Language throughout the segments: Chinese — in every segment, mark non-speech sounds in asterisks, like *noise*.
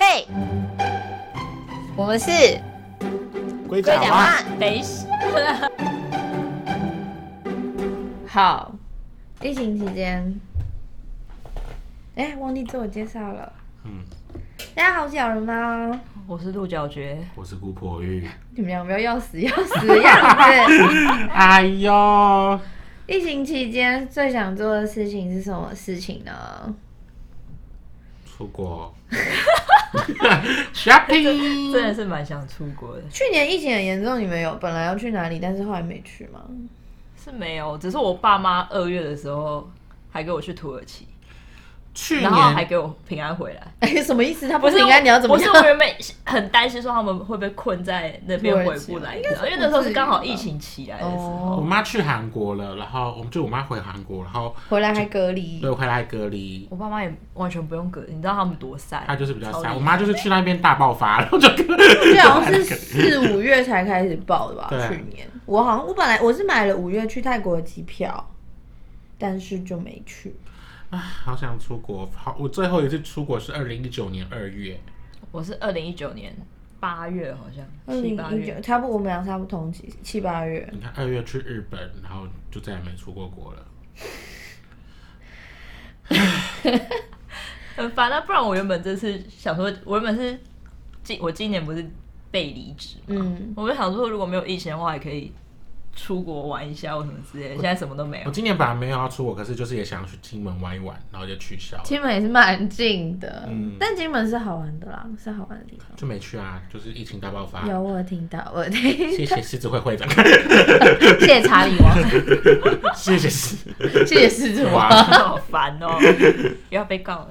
位，我们是龟龟甲啊甲蛙，蛙，等一下。好，疫情期间，哎、忘记自我介绍了。嗯，大家好，我是小人猫。我是鹿角蕨。我是姑婆玉。你们有没有要死要死的样 *laughs* 子？哎呦，疫情期间最想做的事情是什么事情呢？出国真 *laughs* shopping，的是蛮想出国的，去年疫情很严重，你们有本来要去哪里，但是后来没去吗？ *laughs* 是没有，只是我爸妈二月的时候还给我去土耳其，去然后还年给我平安回来。哎、什么意思？他不不是是应该你要怎么不是样？我原本很担心说他们会不会困在那边回不来，你知道因为那时候是哦刚好疫情起来的时我候。妈去韩国了，然后我们就我妈回韩国，然后回来还隔离对，回来隔离。我爸妈也完全不用隔，你知道他们多晒，她就是比较超厉 sad，害我妈就是去那边大爆发，然后就跟 *laughs* 对，啊好像是四五月才开始报的吧？对啊去年我好像我本来我是买了五月去泰国的机票，但是就没去。好想出国。好，我最后一次出国是二零一九年二月，我是二零一九年八月好像，二七零八一月九差不多，我们俩差不多同期，七八月。你看二月去日本，然后就再也没出过国了。很烦啊！不然我原本这次想说，我原本是今我今年不是被离职嘛，嗯，我就想说如果没有疫情的话，还可以出国玩一下或什么之类的。现在什么都没我有，今年本来没有要出国，可是就是也想去金门玩一玩，然后就取消了，金门也是蛮近的，嗯但金门是好玩的啦，是好玩的地方。就没去啊，就是疫情大爆发。有我有听到，我有 *laughs* 听， *laughs* 谢谢狮子会会长，谢谢查理 *laughs* 王，谢谢狮子谢谢狮子王。王。好烦 *laughs* 哦、又要被告了。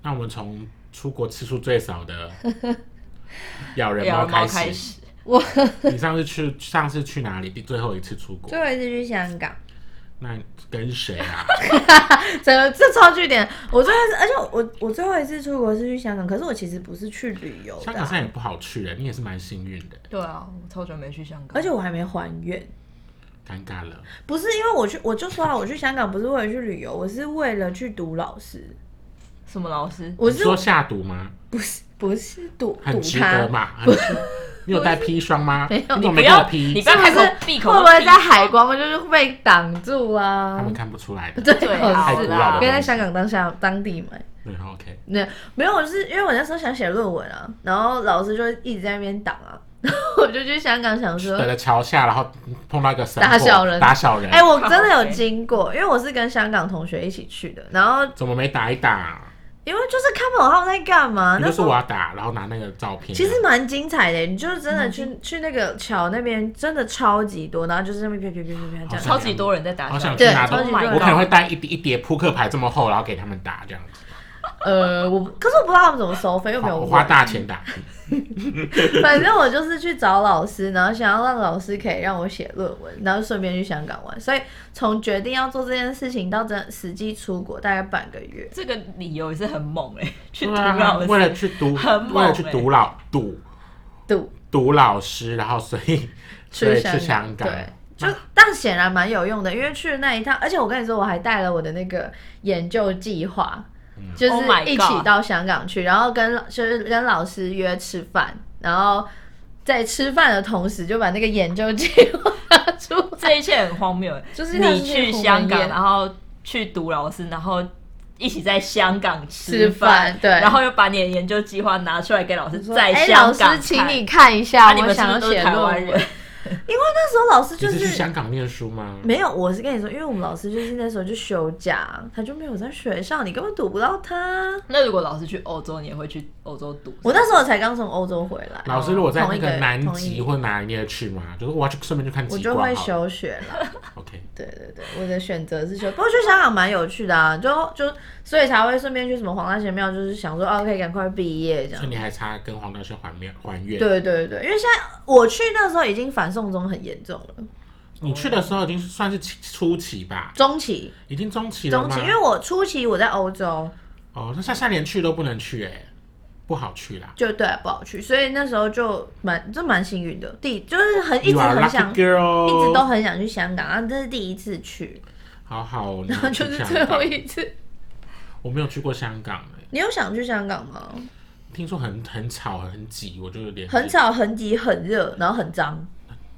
那我们从出国次数最少的咬人要猫猫开开始。始，我你上次去上次去哪里？最后一次出国最，后一次去香港，那跟谁啊？整个这超据点。我最后一次，而且我我最后一次出国是去香港，可是我其实不是去旅游的香港啊、现在也不好去了，你也是蛮幸运的，对啊，我超久没去香港，而且我还没还愿。尴尬了。不是因为我去，我就说啊，我去香港不是为了去旅游，我是为了去读老师。什么老师？我你是说下毒吗？不是不是赌很赌值他得？嘛？很值你有带砒霜吗？没有你怎么不没给我要，砒你不？要开是不是口闭口会不会在海海？关我就是被挡住啊他？们看不出来的。对，对好啊太古老的不要在东西香港当下当地买。对，OK。那没有，我是因为我那时候想写论文啊，然后老师就一直在那边挡啊， *laughs* 然后我就去香港想说对，在桥下，然后碰到一个神打婆小人打小人，哎、我真的有经过，因为我是跟香港同学一起去的，然后怎么没打一打？因为就是看不懂他们在干嘛，你那就时说候我要打，然后拿那个照片。啊其实蛮精彩的，你就是真嗯的去、去那个桥那边，真的超级多，然后就是那边啪啪啪啪啪这好样。超级多人在打好想小人，去对拿超级东多人我可能会带一叠一叠扑克牌这么厚，然后给他们打这样子。呃，我不可是我不知道他们怎么收费，又没有我问花大 *laughs* 钱打，反正我就是去找老师，然后想要让老师可以让我写论文，然后顺便去香港玩。所以从决定要做这件事情到真实际出国，大概半个月。这个理由也是很猛哎、去读对老啊，师，为了去读，很猛为了去欸读老读度读老师，然后所以所以去香港，嗯对，就但显然蛮有用的，因为去了那一趟，而且我跟你说，我还带了我的那个研究计划，嗯就是 Oh my 一起 God 到香港去，然后跟就是跟老师约吃饭，然后在吃饭的同时就把那个研究计划 *laughs* 拿出来。这一切很荒谬欸。就是它是你去香鸿门港，宴然后去读老师，然后一起在香港吃吃饭对然后又把你的研究计划拿出来给老师，说在哎香老港师，请看你看一下，啊你我们是想不要是都写是台论湾文。人？ *laughs* 因为那时候老师就你是去是香港念书吗？没有，我是跟你说，因为我们老师就是那时候就休假，他就没有在学校，你根本堵不到他。那如果老师去欧洲，你也会去欧洲读？我那时候才刚从欧洲回来，老师，如果在同那一个南同一极个或哪里，你也去吗？就是我要去顺便去看我极就光会好了。休学 *laughs* 了。 OK，对对对，我的选择是休，不过去香港蛮有趣的啊，就就所以才会顺便去什么黄大仙庙，就是想说哦，可以赶快毕业这所样。以你还差跟黄大仙还愿还愿。对对对，因为现在我去那时候已经反送中很严重了，你去的时候已经算是起初期吧，中期已经中期了中吗期，因？为我初期我在欧洲，哦，那下下连去都不能去哎、不好去啦。就对不好去，所以那时候就蛮就蛮幸运的，第就是很一直 You are 很 lucky 想，一 girl，直都很想去香港，然后这是第一次去，好好哦，然后 *laughs* 就是你要去香最港后一次。我没有去过香港哎、你有想去香港吗？听说很很吵很挤，我就有点很。吵、很挤、很热，然后很脏。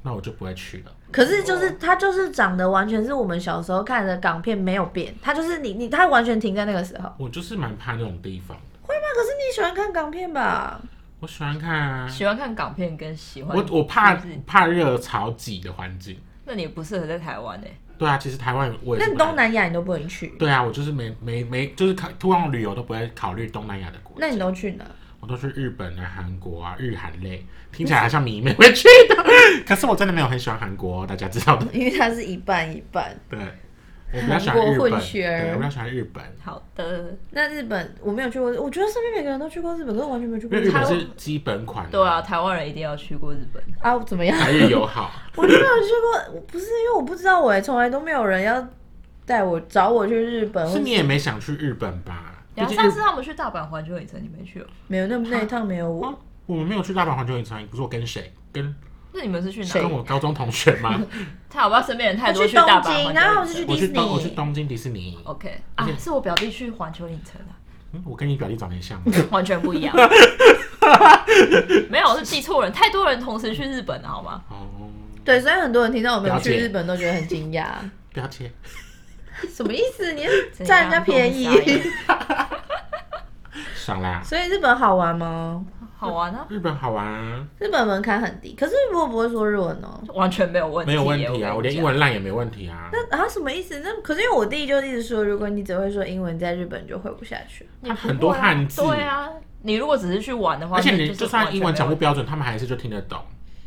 那我就不会去了。可是就是它就是长得完全是我们小时候看的港片没有变，它就是你你它完全停在那个时候。我就是蛮怕那种地方的。会吗？可是你喜欢看港片吧？我喜欢看啊，喜欢看港片跟喜欢我我怕是不是怕热潮挤的环境。那你也不适合在台湾呢、欸对啊，其实台湾我也那是你蛮东南亚你都不能去，对啊，我就是没没没，就是考通常旅游都不会考虑东南亚的国家，那你都去哪？我都去日本啊、韩国啊、日韩类，听起来好像迷妹会去的， *laughs* 可是我真的没有很喜欢韩国哦、大家知道的。因为它是一半一半。对，我比较喜欢韩日国本，混血儿对，我比较喜欢日本，好的，那日本我没有去过，我觉得身边每个人都去过日本，可是我完全没有去因过为日本台是基本款、对啊，，台湾人一定要去过日本。湾啊，怎么样？台日友 *laughs* 好，我就没有去过，我不是因为我不知道我也从来都没有人要带我找我去日本，是我你也没想去日本吧？毕然后竟啊上日次他们去大阪环球影城，你没去哦？没有那那一趟没有我啊，我们没有去大阪环球影城，不是我跟谁，跟那你们是去哪？谁跟我高中同学 *laughs* 吗？他好不好？身边人太多我去去大东阪京环球影城然后我是去我去东我去 Disney 东京迪士尼， OK 而啊且， *laughs* 是我表弟去环球影城啊，嗯我跟你表弟长得很 *laughs* 像吗。完全不 *laughs* 一样。没有，我是记错人，太多人同时去日本了，好吗？哦，对，所以很多人听到我没有去了解日本都觉得很惊讶，不要接。 *laughs* 什么意思？你是 *laughs* 占人家便宜？怎样爽啦！所以日本好玩吗？好玩啊，啊日本好玩啊，日本门槛很低，可是如果不会说日文哦呢？完全没有问题，没有问题啊，我连英文。文烂也没问题啊。那啊什么意思？那可是因为我弟就一直说，如果你只会说英文，在日本就会不下去。你不会啊很多汉字对啊，你如果只是去玩的话，而且那你就就是完算全英文讲没不有标准，他们还是就听得懂。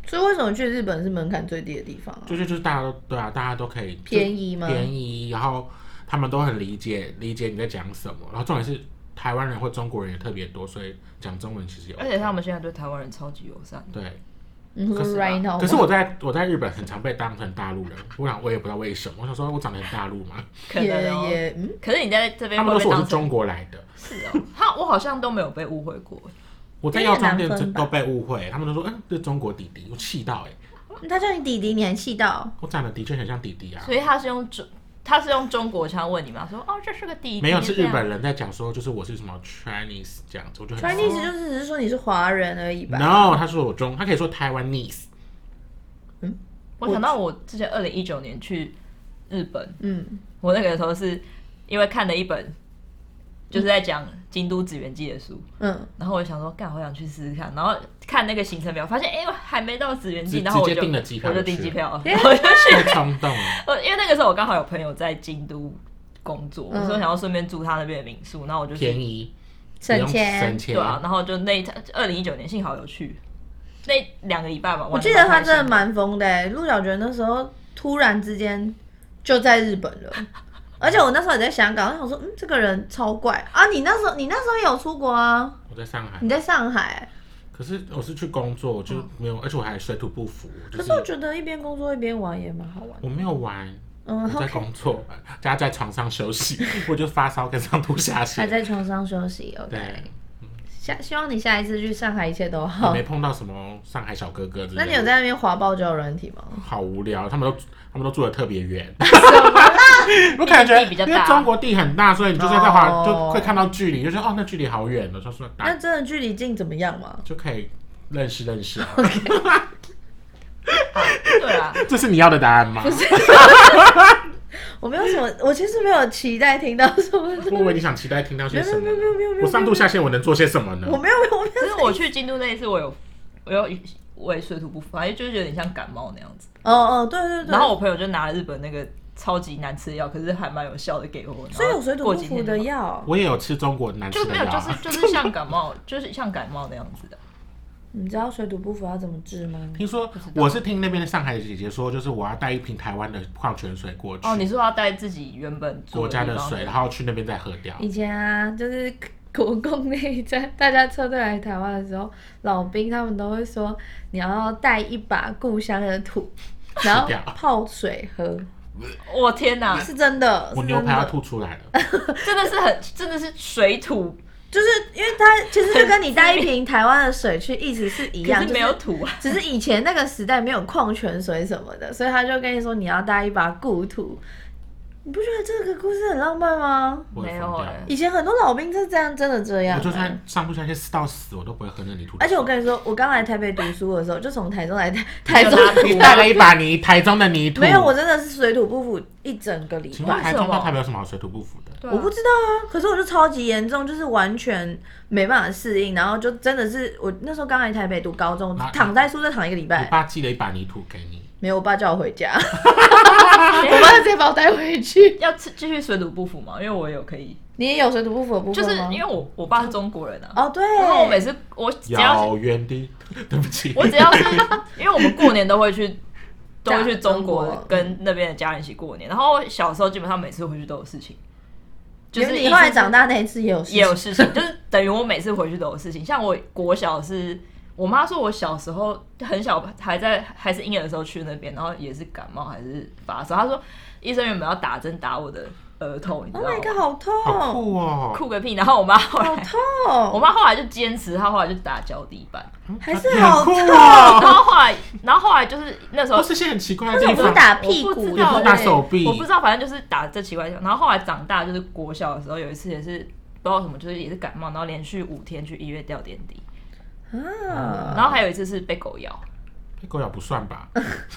所以为什么去日本是门槛最低的地方啊？就是就是大家都对啊，大家都可以便宜吗便宜，然后他们都很理解理解你在讲什么。然后重点是台湾人或中国人也特别多，所以讲中文其实有。而且他们现在对台湾人超级友善，对，你说可是啊 right 哦 now？可是我在我在日本很常被当成大陆人，我想我也不知道为什么，我想说我长得很大陆 *laughs* 嘛，可也能哦。也嗯，可是你在这边他们都会被说我当是中成国来的。是哦，他我好像都没有被误会过，我在这也药妆难店分真 *laughs* 吧都被误会，他们都说嗯这是中国弟弟，我气到哎、欸，他叫你弟弟，你还气到？我长得的确很像弟弟啊。所以他是用中他是用中国腔问你嘛，说哦这是个弟弟，没有是这日样本人在讲说，就是我是什么 Chinese 这样子，我就很 Chinese 就是只是说你是华人而已吧？ No，他说我中，他可以说 *laughs* Taiwanese，我想到我之前二零一九年去日本，嗯，我那个时候是因为看了一本就是在讲京都紫园记的书，嗯，然后我就想说，干，好想去试试看。然后看那个行程表，发现哎、还没到紫园记，直然后我直就接订了机票我就就去订机票了，了然 *laughs* 后我就去。太冲动了。我因为那个时候我刚好有朋友在京都工作，嗯我说想要顺便住他那边的民宿，然后我就便宜，宜，省不用钱省。钱。对啊，然后就那一二零一九年幸好有去，那两个礼拜吧，我我记得他真的蛮疯的、欸，陆小觉那时候突然之间就在日本了。 *laughs* 而且我那时候也在香港，我想说，嗯，这个人超怪啊！你那时候，你那时候也有出国啊？我在上海你，在上海，可是我是去工作，我就没有，而且我还水土不服，就可是是我觉得一边工作一边玩也蛮好玩的。我没有玩，我嗯在，OK，工作，大家在床上休 *laughs* 息，我就发烧跟上吐下还泻。在床上休息对，OK。，下希望你下一次去上海一切都也好没。碰到什么上海小哥哥之类那的。你有在那边滑爆胶软体吗？好无聊，他们都他们都住的特 *laughs* 别远，我我感觉比因较为大，中国地很大，所以你就是在华、哦就会看到距离，就是哦那距离好远的，就说那打真的距离近怎么样吗？就可以认识 *laughs* 认识啊。对啊，这是你要的答案吗？我没有什么，我其实没有期待听到什么。我以为你想期待听到些什么没有没有没有没有没有没？有我上吐下泻，我能做些什么呢？我没有，我没可是有。我去京都那一次，我有我有我也水土不服，反正就是有点像感冒那样子。哦哦，对对对。然后我朋友就拿了日本那个超级难吃的药，可是还蛮有效的给我。所以有水土不服的药药，我也有吃中国难吃就的没有，药就啊， *laughs* 是就是像感冒，就是像感冒那样子的。你知道水土不服要怎么治吗？嗯听说我是听那边的上海姐姐说，就是我要带一瓶台湾的矿泉水过去，哦，你说要带自己原本住国家地的方水，然后去那边再喝掉。以前啊，就是 *laughs* 国共内战，大家撤退来台湾的时候，老兵他们都会说，你要带一把故乡的 *laughs* 土，然后掉泡水喝，我天哪，是真的，我是牛真排要的。吐出来了，真的是很，真的是水土，就是因为它其实就跟你带一 *laughs* 瓶台湾的水去，意思是一可样，是没有土啊。只是以前那个时代没有矿泉水什么的，所以他就跟你说你要带一把故土你不觉得这个故事很浪漫吗？我也没疯有掉欸了。以前很多老兵是这样，真的这样、我就欸算上不下去到死，我都不会喝那泥土。而且我跟你说，我刚来台北读书的时候，就从台中来 *laughs* 台台中，你带了一把泥，台中的泥土。没有，我真的是水土不服一整个礼请拜问。台中到台北有什么好水土不服的？对啊我不知道啊，可是我就超级严重，就是完全没办法适应，然后就真的是我那时候刚来台北读高中那，躺在宿舍躺一个礼我拜，爸寄了一把泥土给你，没有，我爸叫我回 *laughs* 家，啊我爸直接把我带回去。 *laughs* 要吃继续水土不服嘛，因为我也有可以，你也有水土不服的部分就是吗因为我我爸是中国人啊，哦，对，然后我每次我只要遥远的，对不起，我只 *laughs* 要是因为我们过年都会去。都会去中中国国跟那边的家人一起过年，然后我小时候基本上每次回去都有事情，就就是是你后来长。长大那一次也有事情也有事情，就是等于我每次回去都有事情。像我国小是，我妈说我小时候很小，还在还是婴儿的时候去那边，然后也是感冒还是发烧，她说医生原本要打针打我的额头，你知，Oh 道 my god，吗？好痛，好酷哦，酷个屁！然后我妈好后来，啊我痛，妈后来就坚持，她后来就打脚底板，还是你好嗯很酷痛。哦。然后后来，然后后来就是那时候都是些很奇怪的地为什么方不，打屁我不股，知道欸也不打手臂我不知道，反正就是打这奇怪的地方。然后后来长大，就是国小的时候，有一次也是不知道什么，就是也是感冒，然后连续五天去医院吊点滴，啊，然后还有一次是被狗咬。被狗咬不算吧？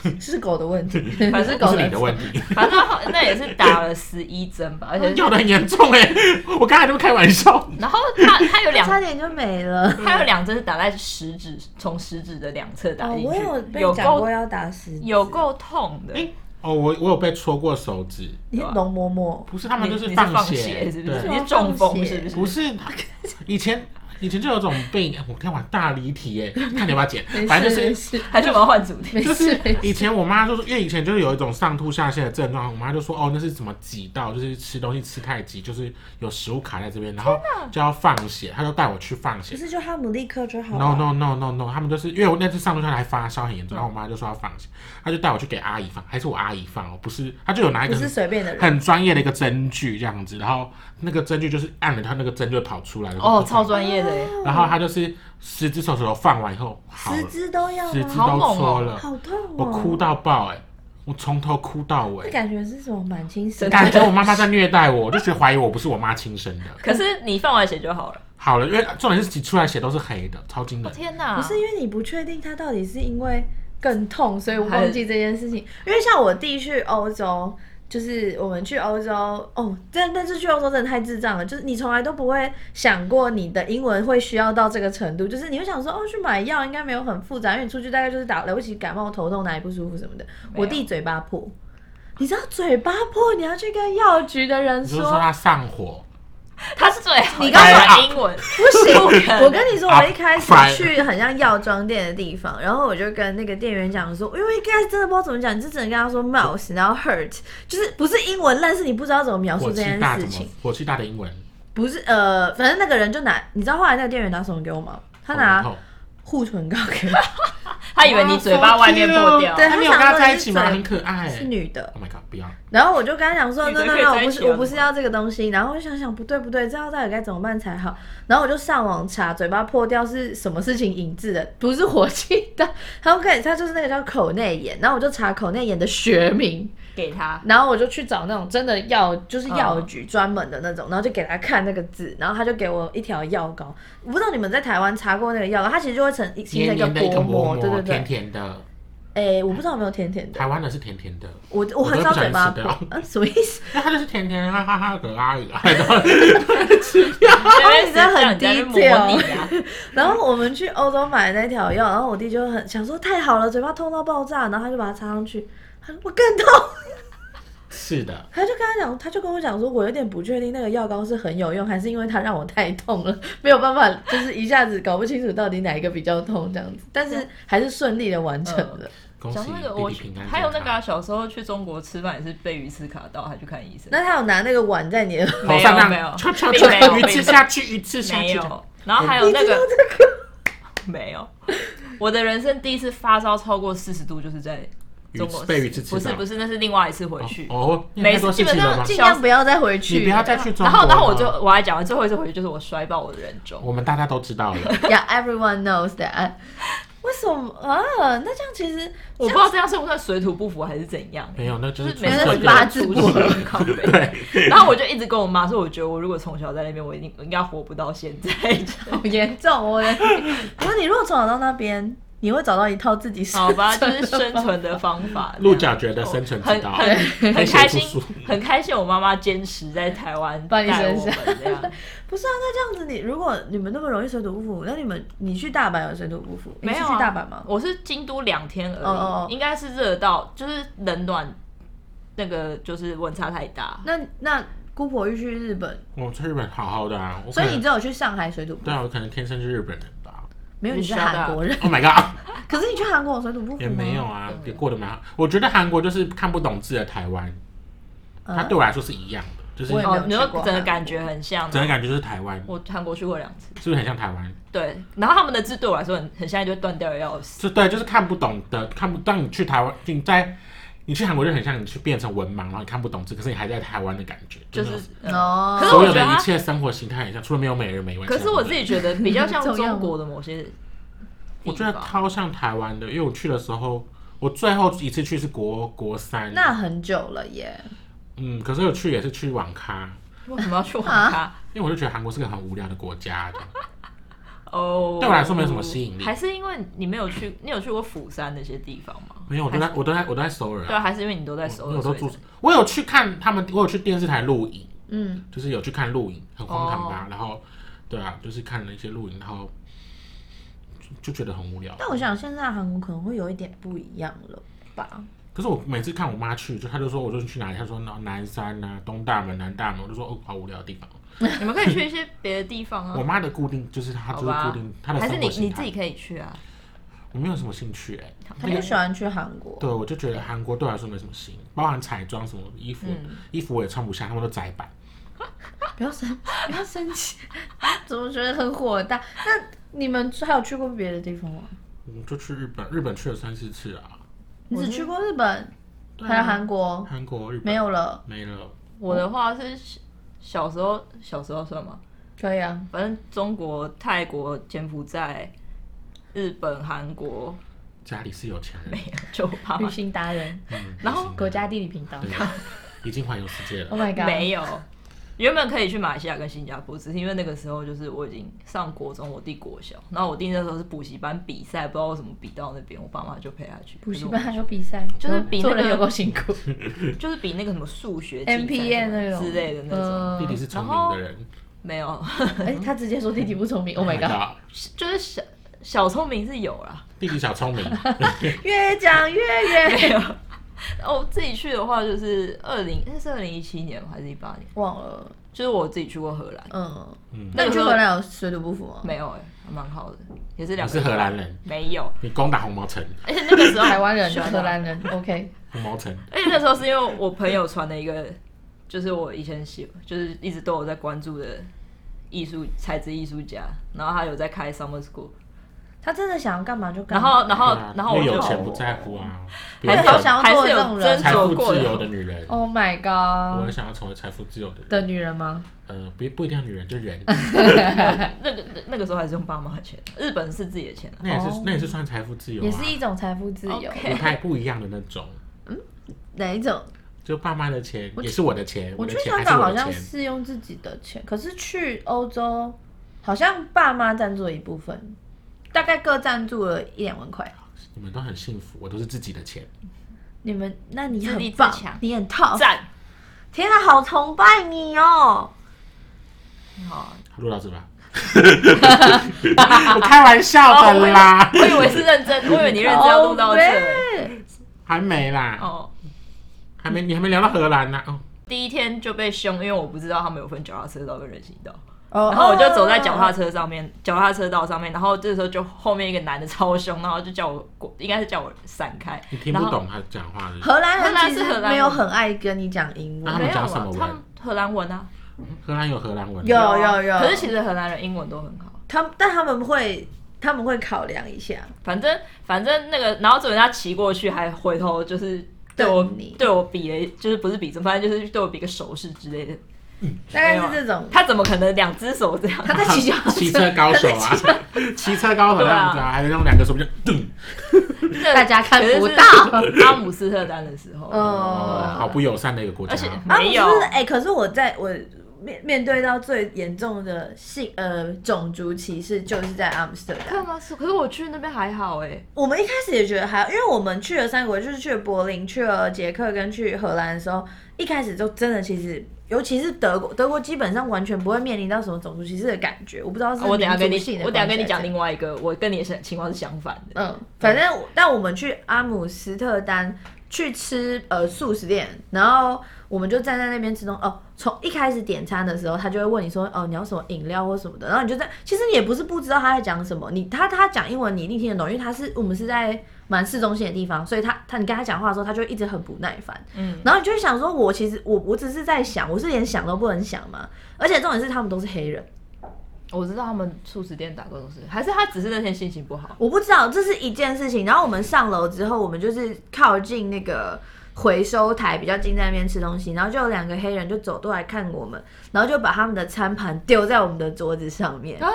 这是狗的 *laughs* 问题，反是正不狗是你的问 *laughs* 题，反正好那也是打了十一针吧，而且咬的很严重哎，我刚才都开玩笑。然后他他有两差点就没了。他有两针是打在食指，从食指的两侧打哦，进我啊去，有被有讲过够要打十指，有够痛的。哎哦，我我有被戳过手指，你啊是龙嬷嬷，不是他们就你你是放放血是不是？对，你是中放风血是不是？不是，以前以前就有种病，我天，我大离题哎，看你要不要剪，反正就是是还是我要换主题？没事没以前我妈就是，因为以前就是有一种上吐下泻的症状，我妈就说哦，那是怎么挤到，就是吃东西吃太急，就是有食物卡在这边，然后就要放血，她就带我去放不血。是就哈姆立克就好 No 了。 no no no no，他们就是因为我那次上吐下泻还发烧很严重，然后我妈就说要放血，她就带我去给阿姨放，还是我阿姨放哦，不是，她就有拿一不个是随便的人，哦很专业的一个针具这样子，然后那个针具就是按了它那个针就跑出来了。 *laughs* 哦，超专业的耶，然后她就是十只手指头放完以后好了十，只都要十只吗？好都猛哦搓了，好痛哦！我哭，到爆哎、我从头哭到尾这，感觉是什么满清神真的感觉我妈妈在虐待我，我就觉得怀疑我不是我妈亲生的。可是你放完血就好了。好了，因为重点是挤出来血都是黑的，超惊我人。哦天哪！不是因为你不确定他到底是因为更痛，所以我忘记这件事情。因为像我弟去欧洲，就是我们去欧洲，哦，但但是去欧洲真的太智障了，就是你从来都不会想过你的英文会需要到这个程度，就是你会想说，哦，去买药应该没有很复杂，因为你出去大概就是打了不起感冒、头痛、哪里不舒服什么的。没有我弟嘴巴破。你知道嘴巴破，你要去跟药局的人你就是说她上火，他是最好，你你刚刚才讲英文，不不可行，能我跟你说，我一开始 Upfront 去很像药妆店的地方，然后我就跟那个店员讲说，因为一开始真的不知道怎么讲，你就只能跟他说 mouse，然后 hurt，就是不是英文，啊但是你不知道怎么描述火这气件大事怎么情，？火气大的英文，不是呃，反正那个人就拿，你知道后来那个店员拿什么给我吗？他拿好护唇膏给我，他以为你嘴巴外面破掉，对他没有跟她在一起吗？很可爱、是欸。女的。 Oh my god！不要，然后我就跟他讲说女的，no no 可以 no，在我一不起是啊我不是要这个东西。然后我想想，不对不对，这样到底该怎么办才好？然后我就上网查嘴巴破掉是什么事情引致的，不是火气大，他们看他就是那个叫口内炎。然后我就查口内炎的学名，给 *laughs* 他。然后我就去找那种真的药，就是药局啊专门的那种，然后就给他看那个字，然后他就给我一条药膏。我不知道你们在台湾查过那个药膏，它其实就会成形成黏一个黏的一个薄膜膜，对膜，对甜对。甜的。哎，我不知道有没有甜甜的，台湾的是甜甜的，我我很我少都不小嘴心巴吃破掉，嗯，什么意思？那它就是甜甜哈哈哈 *laughs* 的阿姨啊，然后对哦你真的很这样你在那边模拟啊然后我们去欧洲买那条药，然后我弟就很想说太好了，嘴巴痛到爆炸，然后他就把它插上去，他说我更痛，是的，他就跟他讲，他就跟我讲说，我有点不确定那个药膏是很有用，还是因为它让我太痛了，没有办法，就是一下子搞不清楚到底哪一个比较痛这样子，但是还是顺利的完成嗯了。恭喜讲那个我弟弟平安健康。还有那个啊、小时候去中国吃饭也是被鱼刺卡到，还去看医生。那他有拿那个碗在你的，头没上有那没样有，敲敲并敲没有一并没次有下去，一次下没去。有。然后还有那你知道个这个没有，我的人生第一次发烧超过四十度，就是在中国鱼被鱼刺不刺是到不是，那是另外一次回去。哦，你每太多次基事本情了上吗？尽量不要再回去，你不要再去中国然了。后然后我就我还讲完最后一次回去就是我摔爆我的人中，我们大家都知道了， Yeah, everyone knows that. 为什么啊？那这样其实我不知道这样算不算水土不服还是怎样，没有，那哎就就是是纯每那次就是八字粹的不不合合，靠背。对，然后我就一直跟我妈说，我觉得我如果从小在那边，我一定我应该活不到现 *laughs* 在。好严重哦！我 *laughs* 的可是你如果从小到那边，你会找到一套自己适好吧，就合的是生存的方法。 *laughs* 鹿角蕨的生存之很道，哦 *laughs* 很很很开写心不出，很开心，我妈妈坚持在台湾帮你带生我们这 *laughs* 样。 *laughs* 不是啊，那这样子你如果你们那么容易水土不服，那你们你去大阪有水土不服？没有、你啊、是去大阪吗？我是京都两天而已，哦哦哦应该是热到就是冷暖那个就是温差太大。那那姑婆又去日本，我去日本好好的啊，我可所能以你只有去上海水土不对服，啊，我可能天生是日本人吧。没有你是你 shut 韩国人。 Oh my god，可是你去韩国有水土不服吗也没有，啊，也过得蛮好。我觉得韩国就是看不懂字的台湾，它嗯对我来说是一样的，就是我也没有哦，你说去过整个韩感觉很像，啊整个感觉就是台湾，我韩国去过两次，是不是很像台湾？对。然后他们的字对我来说很很现在就断掉的要死，就对，就是看不懂的，看不。当你去台湾，你在你去韩国就很像你去变成文盲，然后你看不懂字，可是你还在台湾的感觉，就是那种。嗯哦可是我所有觉得的它一切生活形态很像，除了没有啊美人美外。嗯可是我自己觉得比 *laughs* 较像重要吗中国的某些地我方。觉得超像台湾的，因为我去的时候，我最后一次去是国国三，那很久了耶。嗯，可是我去也是去网咖，为什么要啊去网咖？因为我就觉得韩国是个很无聊的国家的。哦，对我来说没有什么吸引力还是因为你没有去，你有去过釜山那些地方吗？没有，我都在我都在我都在首尔、对啊，啊，还是因为你都在首因为尔，我所都以住，我有去看他们，我有去电视台录影，嗯，就是有去看录影，很荒唐吧？哦然后，对啊，就是看了一些录影，然后就就觉得很无聊。但我想现在韩国可能会有一点不一样了吧？可是我每次看我妈去，就她就说我就去哪里，她说南南山啊、东大门、南大门，我就说哦，好无聊的地方。你们可以去一些别的地方我啊。妈的固定就是她就好是吧固定她的还是生你活形你自己态，可以去啊。我没有什么兴趣哎、他不喜欢去韩国，对，我就觉得韩国对我来说没什么吸引，包含彩妆什么衣服，嗯衣服我也穿不下，他们都窄版。不要生， *laughs* 不要生气，怎么觉得很火大？那你们还有去过别的地方吗？嗯，就去日本，日本去了三四次啊，你只去过日本，对啊还有韩国，韩国、日本没有了，没了。我的话是小小时候，小时候算吗？可以啊。反正中国、泰国、柬埔寨、日本、韩国， *laughs* 家里是有钱人，就我爸 *laughs* 旅妈行达人，嗯，然后旅行国家地理频道。对，已经环游世界了。 Oh my god！啊没有。原本可以去马来西亚跟新加坡，只是因为那个时候就是我已经上国中，我弟国小，然后我弟那时候是补习班比赛，不知道为什么比到那边，我爸妈就陪他去补习可班是还有比赛，嗯就是比那做个人有够辛苦。我 *laughs* 就是 *laughs* 比那个什么数学竞赛 MPN 什么那种嗯之类的那种，弟弟是聪明的人没有，哎，他直接说弟弟不聪明。Oh my god！ god，就是小小聪明是有啦，弟弟小聪明，越讲越远，没有。 *laughs* 我自己去的话，就是二零，那是二零一七年吗还是一八年？忘了。就是我自己去过荷兰，嗯，嗯，那那你去个时候荷兰有水土不服吗？没有 *laughs* 哎、还蛮好的，也是你两个是荷兰人，没有，你攻打红毛城，而且那个时候台湾人、喜欢荷兰人，OK。红毛城，而且那时候是因为我朋友传了一个，就是我以前喜，就是一直都有在关注的艺术才子艺术家，然后他有在开 summer school，他真的想要干嘛就干然嘛。后然后对啊然后我因为就有钱不在乎啊，别还人嗯有是有有想要还做是这有种人斟财酌富过自由的女人， Oh my 我很 god！想要成为财富自由的人，的女人吗？呃，不不一定要女人，就人，那个那个时候还是用爸妈的钱，日本是自己的钱啊、那也是哦那也是算财富自由啊，也是一种财富自由。 OK 不太不一样的那种。哪一种？就爸妈的钱也是我的钱，我的去钱香还是港我好的像钱，是用自己的钱，可是去欧洲好像爸妈赞助一部分，大概各赞助了一两万块。你们都很幸福，我都是自己的 *laughs* 钱。你们，那你自立很自棒强，你很 top。赞，天啊，好崇拜你哦！好啊，录到这吧，我开玩笑的啦，哦我以为是认真，我以为你认真要录到这里。这，还没啦，哦，还没，你还没聊到荷兰呢。哦，第一天就被凶，因为我不知道他们有分脚踏车道跟人行道，然然后我就走在脚踏车上面，脚踏车道上面，然后这时候就后面一个男的超凶，然后就叫我过，应该是叫我闪开，你听然不后懂他讲话的，荷兰荷兰人是其实荷兰没有文很爱跟你讲英文啊，他没们有讲什么啊文，他们荷兰文啊，荷兰有荷兰文，啊有有有可是其实荷兰人英文都很好，他们但他们会他们会考量一下，反正反正那个，然后主人家骑过去还回头就是对我瞪你对我比了，就是不是比着，反正就是对我比个手势之类的。大概是这种。他怎么可能两只手这样？他在骑脚踏骑车车，高手 *laughs* 啊，骑车高手这样子啊，还有用两个手臂就噔，大大家看不到。阿姆斯特丹的时候，嗯哦，好不友善的一个国家而且啊。啊，不没有是，哎、可是我在我面面对到最严重的性呃种族歧视，就是在阿姆斯特丹。看吗？是，可是我去那边还好哎、我们一开始也觉得还好，因为我们去了三国，就是去了柏林、去了捷克跟去荷兰的时候，一开始就真的其实，尤其是德国，德国基本上完全不会面临到什么种族歧视的感觉。我不知道是哦我等一下跟你民族性，的我等一下跟你关系还讲是另外一个，我跟你的情况是相反的。嗯，反正我但我们去阿姆斯特丹去吃呃素食店，然后我们就站在那边吃东哦。从一开始点餐的时候，他就会问你说哦你要什么饮料或什么的，然后你就在其实你也不是不知道他在讲什么，你他他讲英文你一定听得懂，因为他是我们是在蛮市中心的地方，所以他他你跟他讲话的时候，他就一直很不耐烦，嗯，然后你就会想说我其实我我只是在想，我是连想都不能想嘛，而且重点是他们都是黑人。我知道他们素食店打工都是，还是他只是那天心情不好。我不知道这是一件事情。然后我们上楼之后，我们就是靠近那个回收台比较近，在那边吃东西，然后就有两个黑人就走过来看我们，然后就把他们的餐盘丢在我们的桌子上面，啊，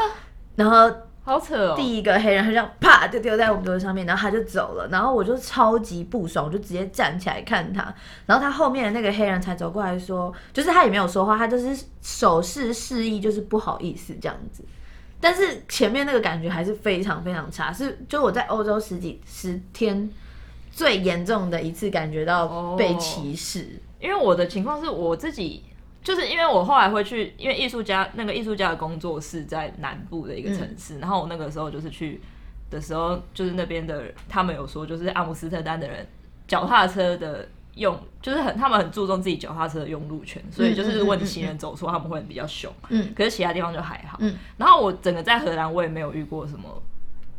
然后好扯哦！第一个黑人他这样啪就丢在我们桌子上面，然后他就走了，然后我就超级不爽，我就直接站起来看他，然后他后面的那个黑人才走过来说，就是他也没有说话，他就是手势示意，就是不好意思这样子。但是前面那个感觉还是非常非常差，是就我在欧洲十几十天最严重的一次感觉到被歧视。因为我的情况是我自己，就是因为我后来会去，因为艺术家那个艺术家的工作室在南部的一个城市，然后我那个时候就是去的时候，就是那边的他们有说，就是阿姆斯特丹的人脚踏车的用，就是很他们很注重自己脚踏车的用路权，所以就是如果你行人走错，他们会比较凶。嗯可是其他地方就还好。嗯然后我整个在荷兰，我也没有遇过什么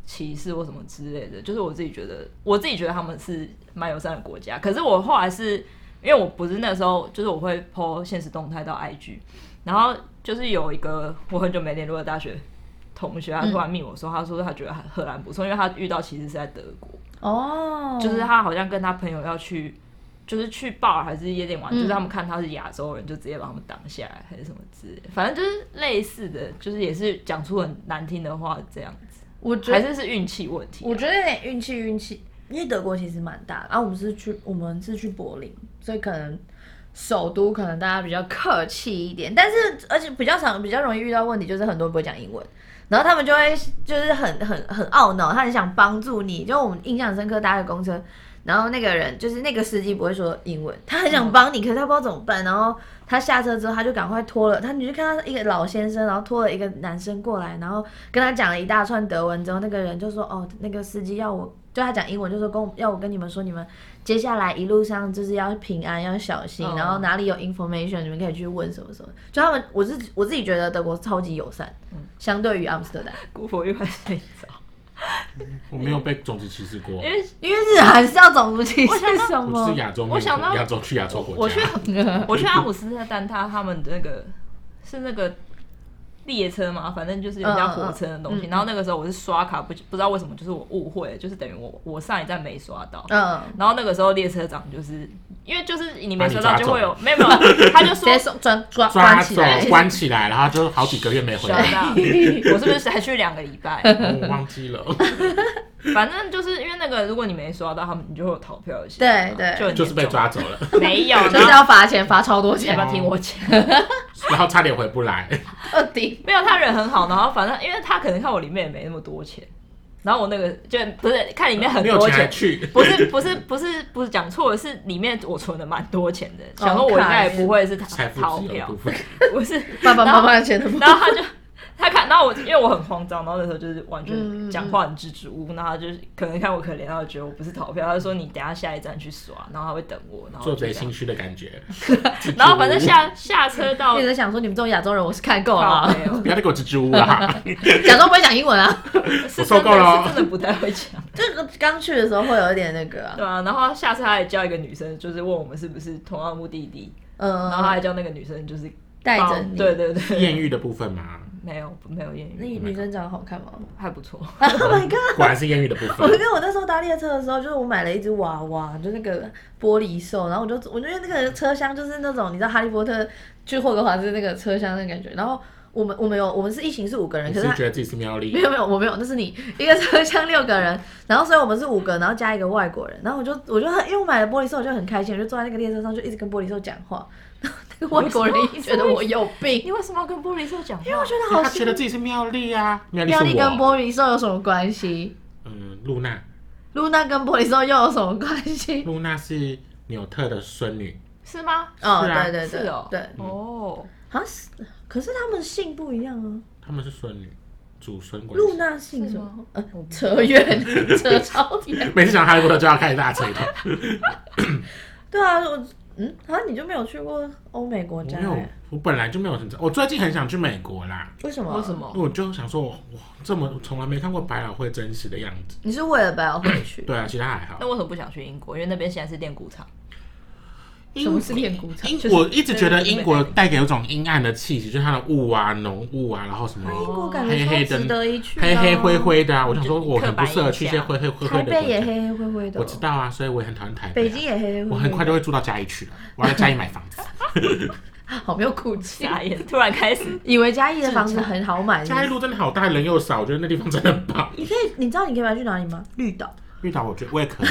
歧视或什么之类的，就是我自己觉得，我自己觉得他们是蛮友善的国家。可是我后来是因为我不是那时候，就是我会 po 现实动态到 IG，然后就是有一个我很久没联络的大学同学，他突然密我说，他说他觉得荷兰不错，因为他遇到其实是在德国，哦，就是他好像跟他朋友要去。就是去 bar 还是夜店玩，嗯就是他们看他是亚洲人，就直接把他们挡下来，还是什么之类的，反正就是类似的，就是也是讲出很难听的话这样子，我觉还得是是运气问题啊、我觉得有点运气，运气，因为德国其实蛮大的啊。我们是去我们是去柏林，所以可能首都可能大家比较客气一点，但是而且比较常比较容易遇到问题就是很多人不会讲英文。然后他们就会就是很很很懊恼，他很想帮助你。就我们印象深刻搭的公车，然后那个人就是那个司机不会说英文，他很想帮你，可是他不知道怎么办。然后他下车之后，他就赶快拖了他，你就看到一个老先生，然后拖了一个男生过来，然后跟他讲了一大串德文之后，那个人就说：“哦，那个司机要我。”就他讲英文，就说跟我要我跟你们说，你们接下来一路上就是要平安，要小心，嗯然后哪里有 information 你们可以去问什么什么。就他们，我是我自己觉得德国超级友善，嗯相对于阿姆斯特丹。姑婆又在睡着，我没有被种族歧视过因，为 *laughs* 因为日韩是要种族歧视我想到什我是么？亚洲我民族，想到亚洲去亚洲我国去家， *laughs* 我去阿姆斯特丹，他他们的那个是那个列车嘛，反正就是有叫火车的东西。嗯嗯嗯然后那个时候我是刷卡，不不知道为什么，就是我误会了，就是等于我我上一站没刷到。嗯，然后那个时候列车长就是因为就是你没刷到把你抓就会有没有没有，他就直 *laughs* 说接送抓抓抓起来走，关起来，然后就好几个月没回 Shut 来， *laughs* up 我是不是还去两个礼拜？哦 *laughs* 我忘记了，反正就是因为那个，如果你没刷到，他们你就会有逃票的嫌对疑嘛对就很严重就是被抓走了，没 *laughs* 有，就是然后要罚钱，罚超多要钱不，要听我讲？然后差点回不来。二顶。没有，他人很好，然后反正因为他可能看我里面也没那么多钱，然后我那个就不是看里面 *laughs* 很没有多钱还钱，去，不是不是不是不是讲错了，是里面我存了蛮多钱的，哦想说我应该也不会是逃财富逃自由的票部，分，不是，爸爸妈妈的钱都不 *laughs* 然后他就。他看，然后我因为我很慌张，然后那时候就是完嗯嗯全嗯讲话很支支吾吾，然后他就是可能看我可怜，然后觉得我不是逃票，他就说你等一下下一站去刷，然后他会等我，然后 *laughs* 做就这贼样心虚的感 *laughs* 觉。然后反正下下车到一直在想说 *laughs* 你们这种亚洲人，我是看够了靠啊，背哦不要再给我蜘蛛 *laughs* 啦！*laughs* 假装不会讲英文啊。是 *laughs* 我受真够的了哦是真的不太会讲。 *laughs* 就是刚去的时候会有一点那个啊，对啊，然后下次他还叫一个女生，就是问我们是不是同样的目的地，然后嗯，他还叫那个女生就是带着帮你。对对艳对，遇的部分嘛，没有没有艳那遇，你女生长得好看 *laughs* 吗还 *laughs* 不错。 ？Oh my god！果然是艳遇的部我跟分。我那时候搭列车的时候，就是我买了一只娃娃，就那个玻璃兽，然后我就我觉得那个车厢就是那种你知道哈利波特去霍格华兹那个车厢那个感觉。然后我们我们有我们是一行是五个人，你可是是他觉得自己是喵没力？有没有我没有，那是你一个车厢六个人，然后所以我们是五个，然后加一个外国人，然后我就我就很因为我买了玻璃兽，我就很开心，我就坐在那个列车上就一直跟玻璃兽讲话，然后那个外国人一直觉得我有病，你为什么要跟玻璃兽讲话？因为我觉得好他啊觉得自己是喵力啊，喵力妙丽是跟 *laughs* 我。玻璃兽有什么关系？嗯，露娜，露娜跟玻璃兽又有什么关系？露娜是纽特的孙女，是吗？哦，是啊对对对，是哦对，哦，好像是，可是他们姓不一样啊。他们是孙女，祖孙关露系。娜姓什是么吗？呃，扯远，扯超远。每次讲哈利波特就要开始大 *laughs* 吹头。对啊，我嗯，好像你就没有去过欧美国我家没欸、有，我本来就没有很，我最近很想去美国啦，为什么？为什？么因为？我就想说，我哇，这么从来没看过百老汇真实的样子。你是为了白要回去？对啊，其他还好那。为什么不想去英国？因为那边现在是练鼓 *laughs* 场。英什么是练鼓场？英就是我一直觉得就是英国带给有种阴暗的气息，就是它的雾啊、浓雾啊，然后什么英国感黑觉黑超的值得一去、啊黑黑灰，灰的啊。我想说，就我很不适合去一些刻灰黑灰台灰的国北也家。黑黑灰灰的、哦我知，道啊，所以我也很讨厌台北啊。北京也黑黑灰灰的。我很快就会住到嘉义去了，我要在嘉义买房子。好没有骨气，傻眼，突然开始。以为嘉义的房子很好买。嘉义路真的好大，人又少，我觉得那地方真的很棒。你可以，你知道你可以买去哪里吗？绿岛，绿岛我觉得我也可以，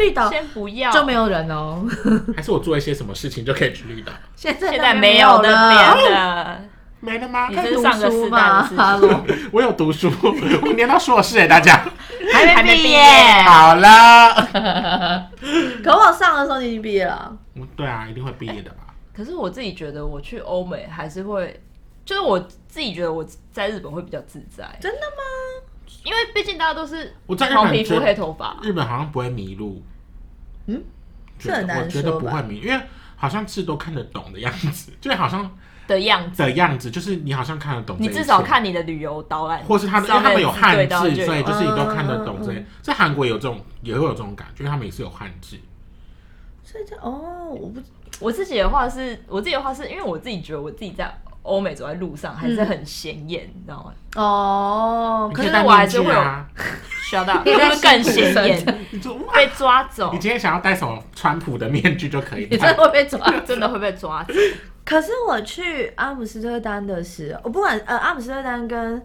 绿岛先不要，就没有人哦。还是我做一些什么事情就可以去绿岛？现在现那在边没有有哦那边的。没了吗你？可以是读上个书时代的吗？事情哈喽，我有读书，我念到硕士哎，大家还没毕业好了。可我上的时候你已经毕业了啊，嗯对啊，一定会毕业的吧？可是我自己觉得，我去欧美还是会，就是我自己觉得我在日本会比较自在，真的吗？因为毕竟大家都是我在日黄本皮觉肤得黑头发。日本好像不会迷路。嗯，觉这得很难我觉得说不吧会迷，因为好像字都看得懂的样子，就好像的样子，的样子，就是你好像看得懂这你一切。至少看你的旅游导览，或是他们，因为上他们面有字汉对字，到所以就有就是你都看得嗯懂嗯这些。在韩国有这种，也会有这种感觉，他们也是有汉字。所以这哦，我不我自己的话是，我自己的话是因为我自己觉得我自己在欧美走在路上还是很显眼，你知道吗？哦，可你是以戴我还面是具会有啊。笑 *laughs* 到你在就是更显辛苦眼， *laughs* 你就哇，被抓走你，今天想要戴什么川普的面具就可以你真戴的。会被抓。 *laughs* 真的会被抓走。可是我去阿姆斯特丹的时候，我不管呃阿姆斯特丹跟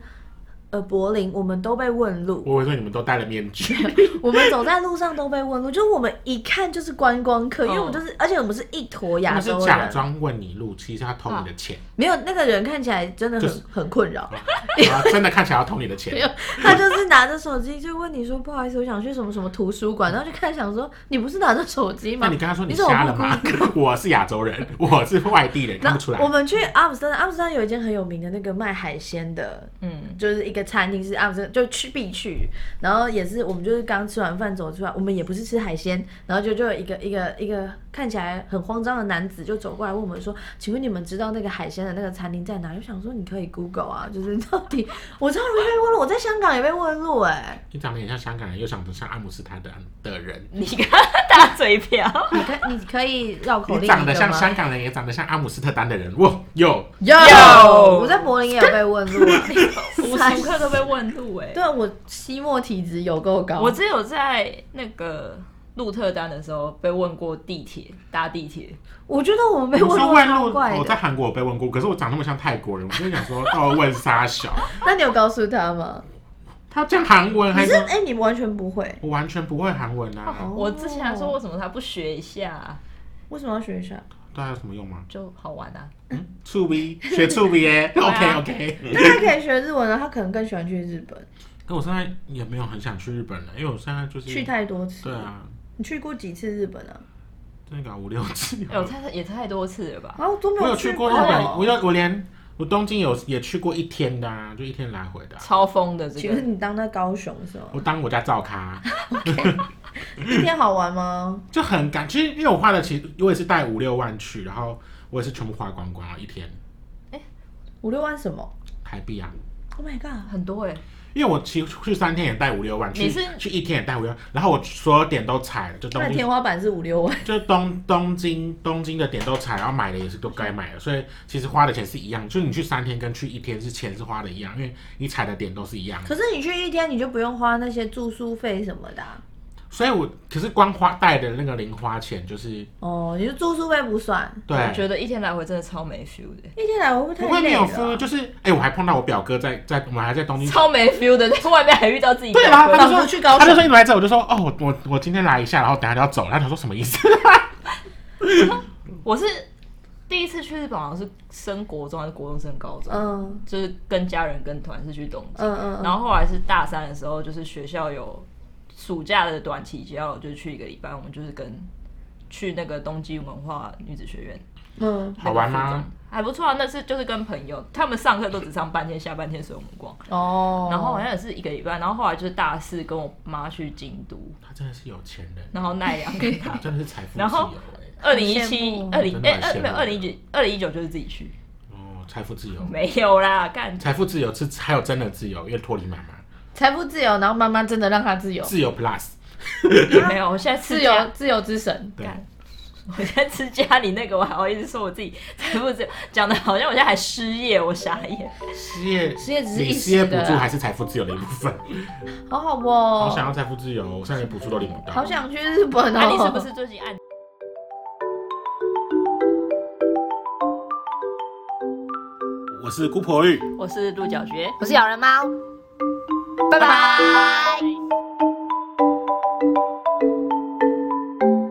呃柏林，我们都被问路，我以为说你们都戴了面具，我们走在路上都被问路，就是我们一看就是观光客，因为我们就是，而且我们是一坨他亚哦们是洲假人，装问你路，其实他偷你的钱，没有那个人看起来真的很就是哦很困扰。 *laughs* 然啊后真的看起来要偷你的钱没。有，他就是拿着手机就问你说：“不好意思，我想去什么什么图书馆。”然后就看想说：“你不是拿着手机吗？”那你跟他说你怎么瞎不了吗故意？ *laughs* 我是亚洲人，我是外地人，看然不出来后我。们去阿姆斯特丹，阿姆斯特丹有一间很有名的那个卖海鲜的，嗯，就是一个餐厅，是阿姆斯特就去必去。然后也是我们就是刚吃完饭走出来，我们也不是吃海鲜，然后就就有一个一个一个看起来很慌张的男子就走过来问我们说：“请问你们知道那个海鲜的那个餐厅在哪？”就想说你可以 Google 啊，就是到底我超容易被问路，我在香港也被问路哎、你长得很像香港人，又长得像阿姆斯特丹的人，你跟他打嘴瓢，你可你可以绕口你令长得一个像吗？香港人，也长得像阿姆斯特丹的人。哇，有有有我在柏林也有被问路、 *laughs* 啊， *laughs* 无时无刻都被问路哎、对我期末体质有够高，啊我只有在那个鹿特丹的时候被问过地铁搭地铁，我觉哎得我们被你问说路问超路，哦怪我在的。韩国有被问过，可是我长那么像泰国人，我就想说，到底问啥 *laughs* 小？那你有告诉他吗？他讲韩文你还是是？哎、你完全不会。我完全不会韩文啊，哦我之前还说为什么他不学一下，为什么要学一下？对啊，有什么用吗？就好玩啊。嗯嗯醋逼学醋逼耶啊，OK OK。那他可以学日文了，啊他可能更喜欢去日本，可我现在也没有很想去日本了，因为我现在就是去太多次。嗯对，啊，你去过几次日本啊？那个五六次有哎、我太也太多次了吧？啊，我都没我有去去过。过日本，我有我连我东京有也去过一天的啊，就一天来回的啊、超疯的 *laughs* 这请个，问你当在高雄是吗？我当我家照咖，一天好玩吗？就很赶。其实因为我花了，其实我也是带五六万去，然后我也是全部花光光了，一天五六万什么台币啊。 ？Oh my god！很多哎、因因为我其实去三天也带五六万，去你是去一天也带五六万，然后我所有点都踩了，就东那京天花板是五六万，就东东京东京的点都踩，然后买的也是都该买的，所以其实花的钱是一样，就是你去三天跟去一天是钱是花的一样，因为你踩的点都是一样的。可是你去一天你就不用花那些住宿费什么的啊、所以我可是光花带的那个零花钱就是哦，你就住宿费不算，我对，觉得一天来回真的超没 feel 的，一天来回会不不会太会没累有了啊、分，就是哎、我还碰到我表哥在在我们还在东京。超没 feel 的，在外面还遇到自己对，然后表他哥仿就说佛去高雄他就说你怎么来这，我就说哦，我我我今天来一下，然后等下就要走了。他想说什么意思？我是第一次去日本，好像是升国中还是国中升高中，嗯就是跟家人跟团是去东京，嗯嗯嗯，然后后来是大三的时候，就是学校有暑假的短期节我就去一个礼拜，我们就是跟去那个东京文化女子学院，嗯好玩那个吗附中？？还不错啊，那次就是跟朋友，他们上课都只上半天，下半天随我们逛，哦，然后好像也是一个礼拜，然后后来就是大四跟我妈去京都，他真的是有钱人，。然后奈良 *laughs* 跟他真的是财富自然后由哎、二零一七、好二羡零慕哎二真没的蛮有二羡慕零的一二零一九就是自己去，哦，财富自由， *laughs* 没有啦，干财富自由是还有真的自由，因为脱离妈妈，财富自由，然后妈妈真的让他自由，自由 plus。没有，我现在吃自家由，自由之神。对，干我现在吃家里那个，我还要一直说我自己财富自由，讲的好像我现在还失业，我傻眼。哦失业失业只是领一失业时补的助啦还是财富自由的一部分。好好好哦，想要财富自由，我现在连补助都领不到。好想去日本哦，啊那你是不是最近按？我是姑婆玉。我是鹿角蕨。我是咬人猫，拜拜。